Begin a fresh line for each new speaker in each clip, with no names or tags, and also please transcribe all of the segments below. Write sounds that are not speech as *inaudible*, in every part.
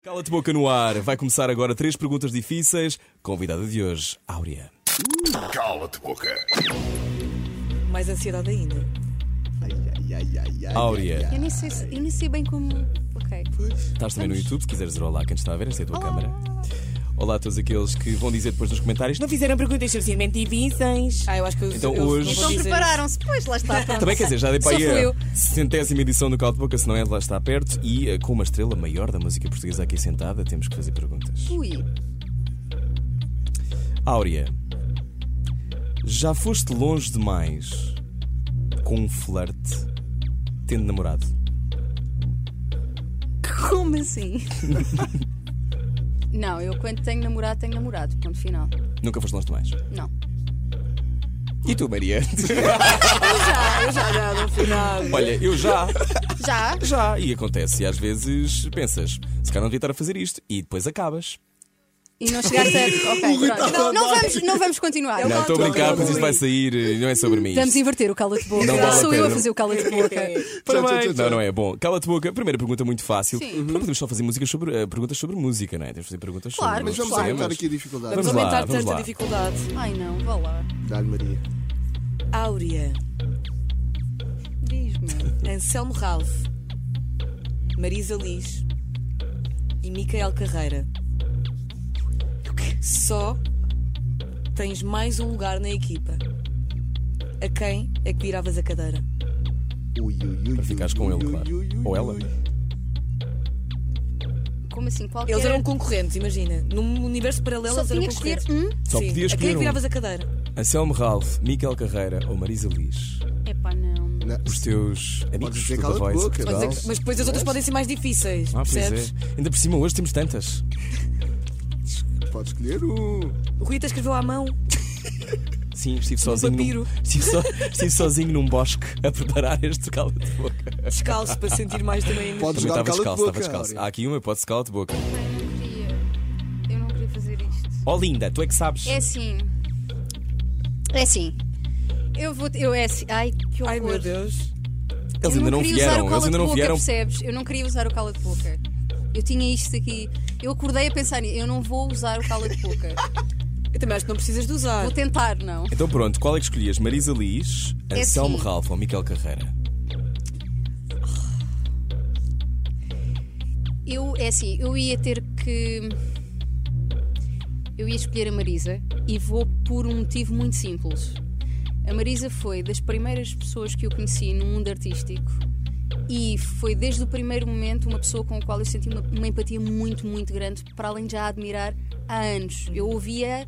Cala-te boca no ar. Vai começar agora três perguntas difíceis. Convidada de hoje, Áurea.
Cala-te boca.
Mais ansiedade ainda.
Áurea,
Eu nem sei, se- eu nem sei bem como. Ok.
estás também no YouTube, se quiseres dizer olá a quem te está a ver, essa é a tua câmara. Olá a todos aqueles que vão dizer depois nos comentários. Não
fizeram perguntas suficientemente difíceis.
Ah, eu acho que eu,
Então
eu
hoje-
não vou
Então
dizer-
prepararam-se, pois lá está. Pronto.
Também quer dizer, já dei para
Só
aí
fui
a
eu.
centésima edição do Cala de Boca, se não é, lá está perto. E eh, com uma estrela maior da música portuguesa aqui sentada, temos que fazer perguntas.
Ui,
Áurea, já foste longe demais com um flerte tendo namorado?
como assim? não, eu quando tenho namorado, tenho namorado. Ponto final.
Nunca foste longe demais.
Não.
E tu, Maria?
Eu já, já, não fui nada.
Olha, eu já, *laughs*
Já?
já, e acontece. E às vezes pensas, se calhar não devia estar a fazer isto, e depois acabas.
E não chegaste a. Ok, pronto. Não, não vamos, não vamos continuar.
Não, estou a brincar, mas isto vai sair, eh, não é sobre mim.
Vamos
isto.
inverter o cala-te boca.
Não vale a
Sou eu a
pena.
fazer o cala-te boca.
Parabéns. Não, não é bom. Cala-te boca. Primeira pergunta muito fácil. Uhum.
Sim.
Não podemos só fazer músicas sobre, eh, perguntas sobre música, não é? Temos de fazer perguntas
Claro,
sobre
mas
Vamos
Claro.
temas.
aumentar aqui a dificuldade.
Vamos
Vamos lá,
aumentar
vamos
tanta
lá.
dificuldade.
Ai não, vá lá.
Dá-lhe Maria.
Áurea,
Diz-me.
Anselmo Ralph, Marisa Liz e Micael Carreira. Só tens mais um lugar na equipa. A quem é que viravas a cadeira?
Ui, ui, ui.
Para ficares com ele, claro. Ou ela.
Como assim? Qualquer.
Eles eram concorrentes, imagina. Num universo paralelo,
Só
eles eram
tinha que escolher
concorrentes.
um.
Só
Sim.
podia
A quem é
escolher
que
um.
viravas a cadeira?
Anselmo Ralph, Miquel Carreira ou Marisa Liz.
Epá, não.
Não.
Os teus amigos do
dizer
The
cala-te
Voice.
boca,
Portugal.
não.
Mas, mas depois as outras podem ser mais difíceis,
Então, Ah, pois é.
percebes?
Ainda por cima, hoje temos tantas.
Pode escolher um.
é.
O Rita escreveu à mão.
Sim, estive sozinho.
papiro.
Num, *laughs* estive, so- estive sozinho num bosque a preparar este cala-te boca.
descalço para sentir mais
*laughs*
também.
Podes
Também
jogar
estava
cala-te
descalço, estava
boca.
descalço.
Áurea.
Há aqui uma hipótese de cala-te boca.
Eu não queria. Eu não queria fazer isto.
Oh, linda, tu é que sabes.
É assim. É assim. Eu vou. Eu é assim. Ai, que horror.
Ai meu Deus.
Eles
eu
ainda não
queria usar o
vieram,
cala
eles ainda
de
não
boca,
vieram.
Percebes? Eu não queria usar o cala de boca. Eu tinha isto aqui. Eu acordei a pensar nisso. Eu não vou usar o cala de
*laughs*
boca.
Eu também acho que não precisas de usar.
Vou tentar, não.
Então pronto, qual é que escolhias? Marisa Liz,
É
Anselmo
sim.
Ralph ou Miquel Carreira?
Eu, é assim, eu ia ter que. Eu ia escolher a Marisa e vou por um motivo muito simples. A Marisa foi das primeiras pessoas que eu conheci no mundo artístico e foi desde o primeiro momento uma pessoa com a qual eu senti uma, uma empatia muito, muito grande, para além de já a admirar há anos. Eu ouvia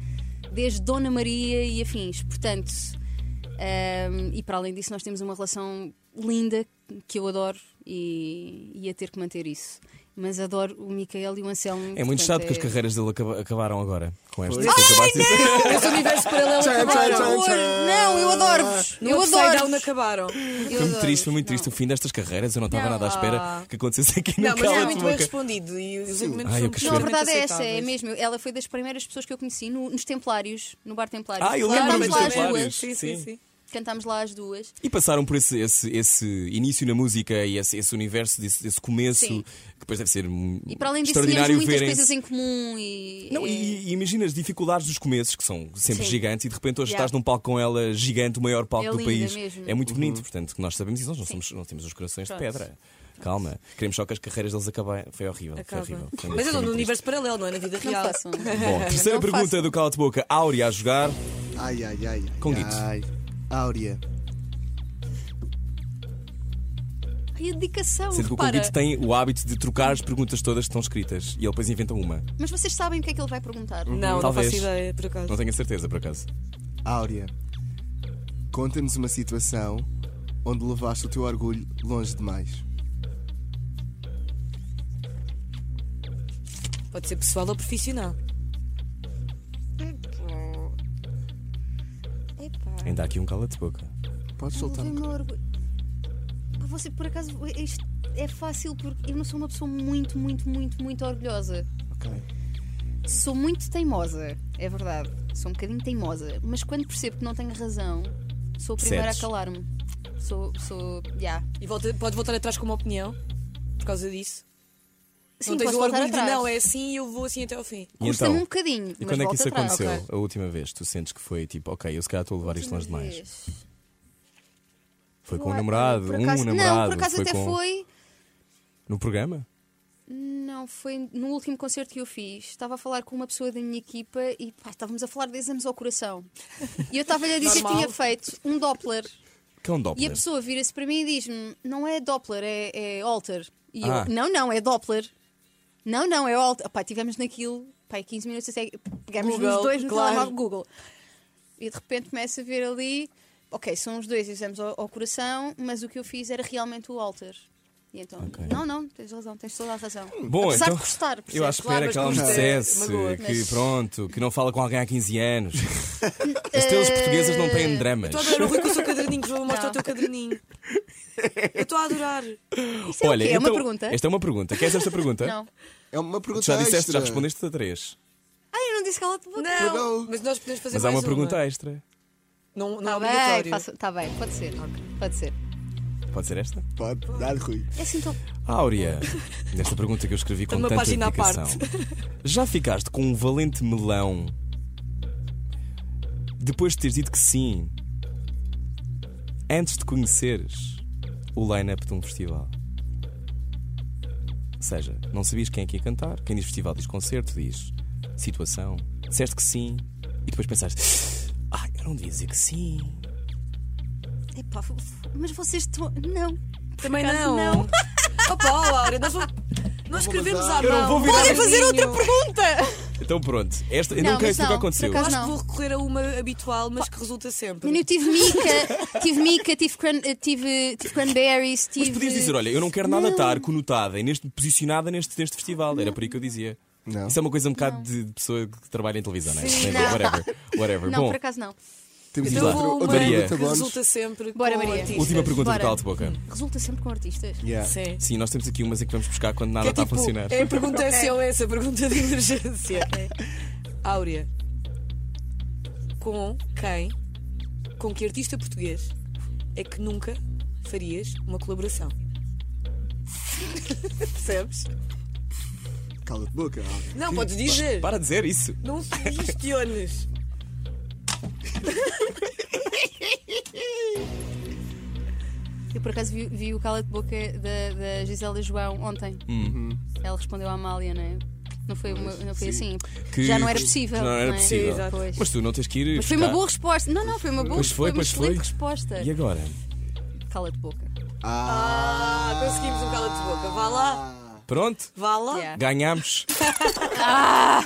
desde Dona Maria e afins, portanto. hum, e para além disso, nós temos uma relação linda que eu adoro e ia ter que manter isso. Mas adoro o Micael e o Anselmo.
É muito
portanto,
chato porque as
é-
carreiras dele acaba- acabaram agora. Com esta.
Pois.
que acabaste de dizer.
Esse *laughs* universo paralelo
Tchan,
acabaram.
tchan, tchan.
Horror! Não, eu adoro-vos!
No
Eu
Upside
adoro!
Down acabaram.
Foi muito triste, foi muito triste o fim destas carreiras. Eu não estava
Não. é
nada à espera que acontecesse aqui
Não,
no
mas foi
cala-te
muito bem
boca.
respondido. E os argumentos
Ai, eu
são
que
Não, a
Extremamente
verdade é essa, é mesmo. Ela foi das primeiras pessoas que eu conheci no- nos Templários, no bar Templários.
Ah, eu lembro-me
Cantámos
dos
lá as
Templários.
duas.
Sim, sim,
Sim.
sim.
Cantámos lá as duas.
E passaram por esse, esse, esse início na música e esse, esse universo, desse, esse começo,
Sim.
que depois deve ser um-
E para além disso, tínhamos
extraordinário
muitas
verem-se.
coisas em comum e.
Não, e, e imagina as dificuldades dos começos, que são sempre
Sim.
gigantes, e de repente hoje
Yeah.
estás num palco com ela gigante, o maior palco
É
do
linda
país.
mesmo.
É muito bonito, portanto, que nós sabemos isso, nós não, somos, não temos os corações de pedra. Calma, queremos só que as carreiras deles acabem. Foi horrível,
Acaba.
foi horrível. Foi muito-
Mas eu
foi
estou no
muito triste.
universo paralelo, não é na vida
Não
real.
façam.
Bom, terceira
um *laughs* Não
pergunta
faço.
do Cala de Boca: Áurea a jogar.
Ai, ai, ai. ai,
Com guito.
ai. Áurea.
Ai, a dedicação,
Sendo que o
repara.
convite tem o hábito de trocar as perguntas todas que estão escritas e ele depois inventa uma.
Mas vocês sabem o que é que ele vai perguntar.
Não, não
Talvez.
faço ideia, por acaso.
Não tenho a certeza, por acaso.
Áurea. Conta-nos uma situação onde levaste o teu orgulho longe demais.
Pode ser pessoal ou profissional.
Epá.
Ainda há aqui um Cala de Boca.
Podes
tá
soltar um
Levei o
bocado.
meu orgulho. Pá, Você, por acaso, isto é fácil porque eu não sou uma pessoa muito, muito, muito, muito orgulhosa.
Ok.
Sou muito teimosa, é verdade. Sou um bocadinho teimosa, mas quando percebo que não tenho razão, sou a primeira
Cedes.
a calar-me. Sou, sou, já.
E volta, pode voltar atrás com uma opinião por causa disso.
Sim,
não tens
posso
o
voltar
orgulho
atrás.
de não, é assim e eu vou assim até ao fim.
E
Custa-me
então?
um bocadinho.
E
mas
quando é que
volto
isso
atrás.
aconteceu?
Ok.
A última vez, tu sentes que foi tipo, ok, eu se calhar estou a levar isto longe
Última
demais.
vez.
Foi com
Por
um namorado,
é? por
um
acaso-
namorado.
Não, por acaso
foi
até
com-
foi.
No programa?
Não, foi no último concerto que eu fiz. Estava a falar com uma pessoa da minha equipa e pá, estávamos a falar de exames ao coração. E eu estava-lhe a dizer que
Normal.
tinha feito um Doppler.
Que é um
E a
Doppler.
pessoa vira-se para mim e diz-me: Não é Doppler, é, é Alter. E
Ah.
eu: Não, não, é Doppler. Não, não, é Alter. Pá, tivemos naquilo, pá, 15 minutos até pegámos
Google,
os dois no
claro.
telemóvel Google. E de repente começa a ver ali: Ok, são os dois exames ao, ao coração, mas o que eu fiz era realmente o Alter. E então:
Ok.
Não, não, tens razão, tens toda a razão.
Bom,
Apesar
então,
de gostar,
eu à
percebes?
espera
Claro,
que ela me
mas custa,
dissesse
magoa.
que
Mas-
pronto, que não fala com alguém há 15
*laughs*
anos. As telas portuguesas não
Eh,
têm dramas.
então,
Estou a adorar o Rui com o seu caderninho, João, mostra
Não.
o
*laughs*
teu caderninho. Eu estou a adorar.
Isso é o quê? É uma
então,
pergunta?
Esta é uma pergunta. Queres esta pergunta?
*laughs* Não.
É uma pergunta
Tu já disseste,
extra.
já respondeste a três.
Ah, eu não disse que ela te botou.
Não,
Legal.
mas nós podemos fazer
Mas há uma
mais
pergunta extra.
Não, não é
Está
obrigatório.
bem, faço- tá bem, pode ser. Pode ser.
Pode ser esta?
Pode, dá-lhe, Rui.
É assim tão.
Áurea, *laughs* nesta pergunta que eu escrevi com
Tem uma
tanta
página à
dedicação. Já ficaste com um valente melão depois de teres dito que sim, antes de conheceres o line-up de um festival? Ou seja, não sabias quem é que ia cantar, quem diz festival diz concerto, diz situação, disseste que sim e depois pensaste, ah, eu não devia dizer que sim.
Epá, fo- fo- mas vocês estão. Não.
Também
Por acaso,
não.
não.
Opa, ó, Laura, nós, vamos- nós escrevemos à
mudar.
mão.
Eu não vou virar- assim,
Podem fazer outra
Caderninho.
pergunta!
Então pronto, esta, eu
Não,
não quero
mas
saber o que
não, por
aconteceu.
acaso-
Acho
Não.
que vou recorrer a uma habitual, mas que resulta sempre.
Menino, eu tive mica, tive mica, tive, cran, eh, tive, tive cranberries, tive.
Mas podias dizer, olha, eu não quero nada estar conotada e neste, posicionada neste, neste festival. Era por aí que eu dizia.
Não.
Isso é uma coisa um bocado de de pessoa que trabalha em televisão, não é?
Sim,
Bem,
não.
Whatever. whatever.
Não,
Bom,
por acaso não.
Temos
Então
outra,
vou
outra
uma- Maria.
pergunta
que
bónus.
resulta sempre.
Bora,
com
Maria.
artistas.
última pergunta
Bora.
do Cala de Boca.
Resulta sempre com artistas.
Yeah.
Sim.
Sim, nós temos aqui umas em que vamos buscar quando
Que
nada
é
está
tipo,
tá a funcionar.
é a pergunta é se ou essa, a pergunta de
*laughs*
emergência. Áurea, com quem, com que artista português é que nunca farias uma colaboração? *laughs* Percebes?
Cala-te boca. Alves.
Não, podes dizer.
Para de dizer isso.
Não sugestiones.
Eu por acaso vi, vi o cala de boca da, da Gisela João ontem.
Hum.
Ela respondeu à Amália, não é? Não foi, uma- não foi
sim.
assim.
Que-
Já não era possível.
Já não era
é?
possível.
Exato.
Pois.
Mas tu não tens que ir.
Mas foi uma
buscar.
boa resposta. Não, não, foi uma boa
Pois foi,
foi, uma
pois
excelente
foi.
resposta.
E agora?
Cala de boca.
Ah, conseguimos um cala de boca. Vá lá,
Pronto?
vá lá.
Yeah. *laughs*
Ganhámos.
Ah!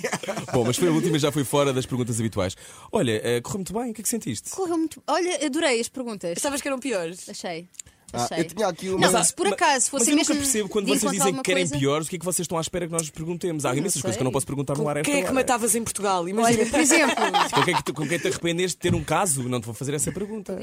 *laughs* Bom, mas foi a última, já foi fora das perguntas habituais. Olha, eh, correu muito bem, o que é que sentiste?
Correu muito. Olha, adorei as perguntas.
Sabes que eram piores?
Achei.
Ah,
Achei.
eu tinha aqui uma.
Não, se por acaso
Mas
fosse
eu
mesmo.
nunca percebo quando
de
vocês
encontrar
dizem que
alguma
querem
coisa-
piores, o que é que vocês estão à espera que nós vos perguntemos? Há imensas
sei.
coisas que eu não posso perguntar no ar a esta
Quem é que
hora.
matavas em Portugal? Imagina. *laughs*
Olha, por exemplo.
*laughs* Com quem, é que te, com quem te arrependeste de ter um caso? Não te vou fazer essa pergunta.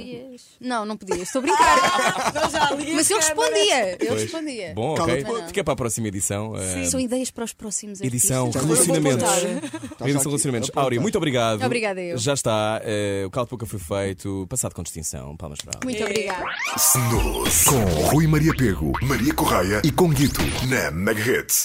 Não, não podia, estou a
Ah,
brincar.
Nós já liguei
Mas eu
a câmara.
respondia, eu
Pois.
respondia.
Bom,
Cala-te
ok.
boca.
Fica para a próxima edição. eh,
São ideias para os próximos
edição
artistas.
vou
Relacionamentos.
apontar.
Está
Edição
aqui,
Relacionamentos.
aponta.
Áurea, muito obrigado.
Obrigada, eu.
Já está. eh, o caldo pouca foi feito. Passado com distinção. Palmas para a Áurea.
Muito obrigada.
Snooze. Com Rui Maria Pego, Maria Correia e Conguito. Na Mega Hits.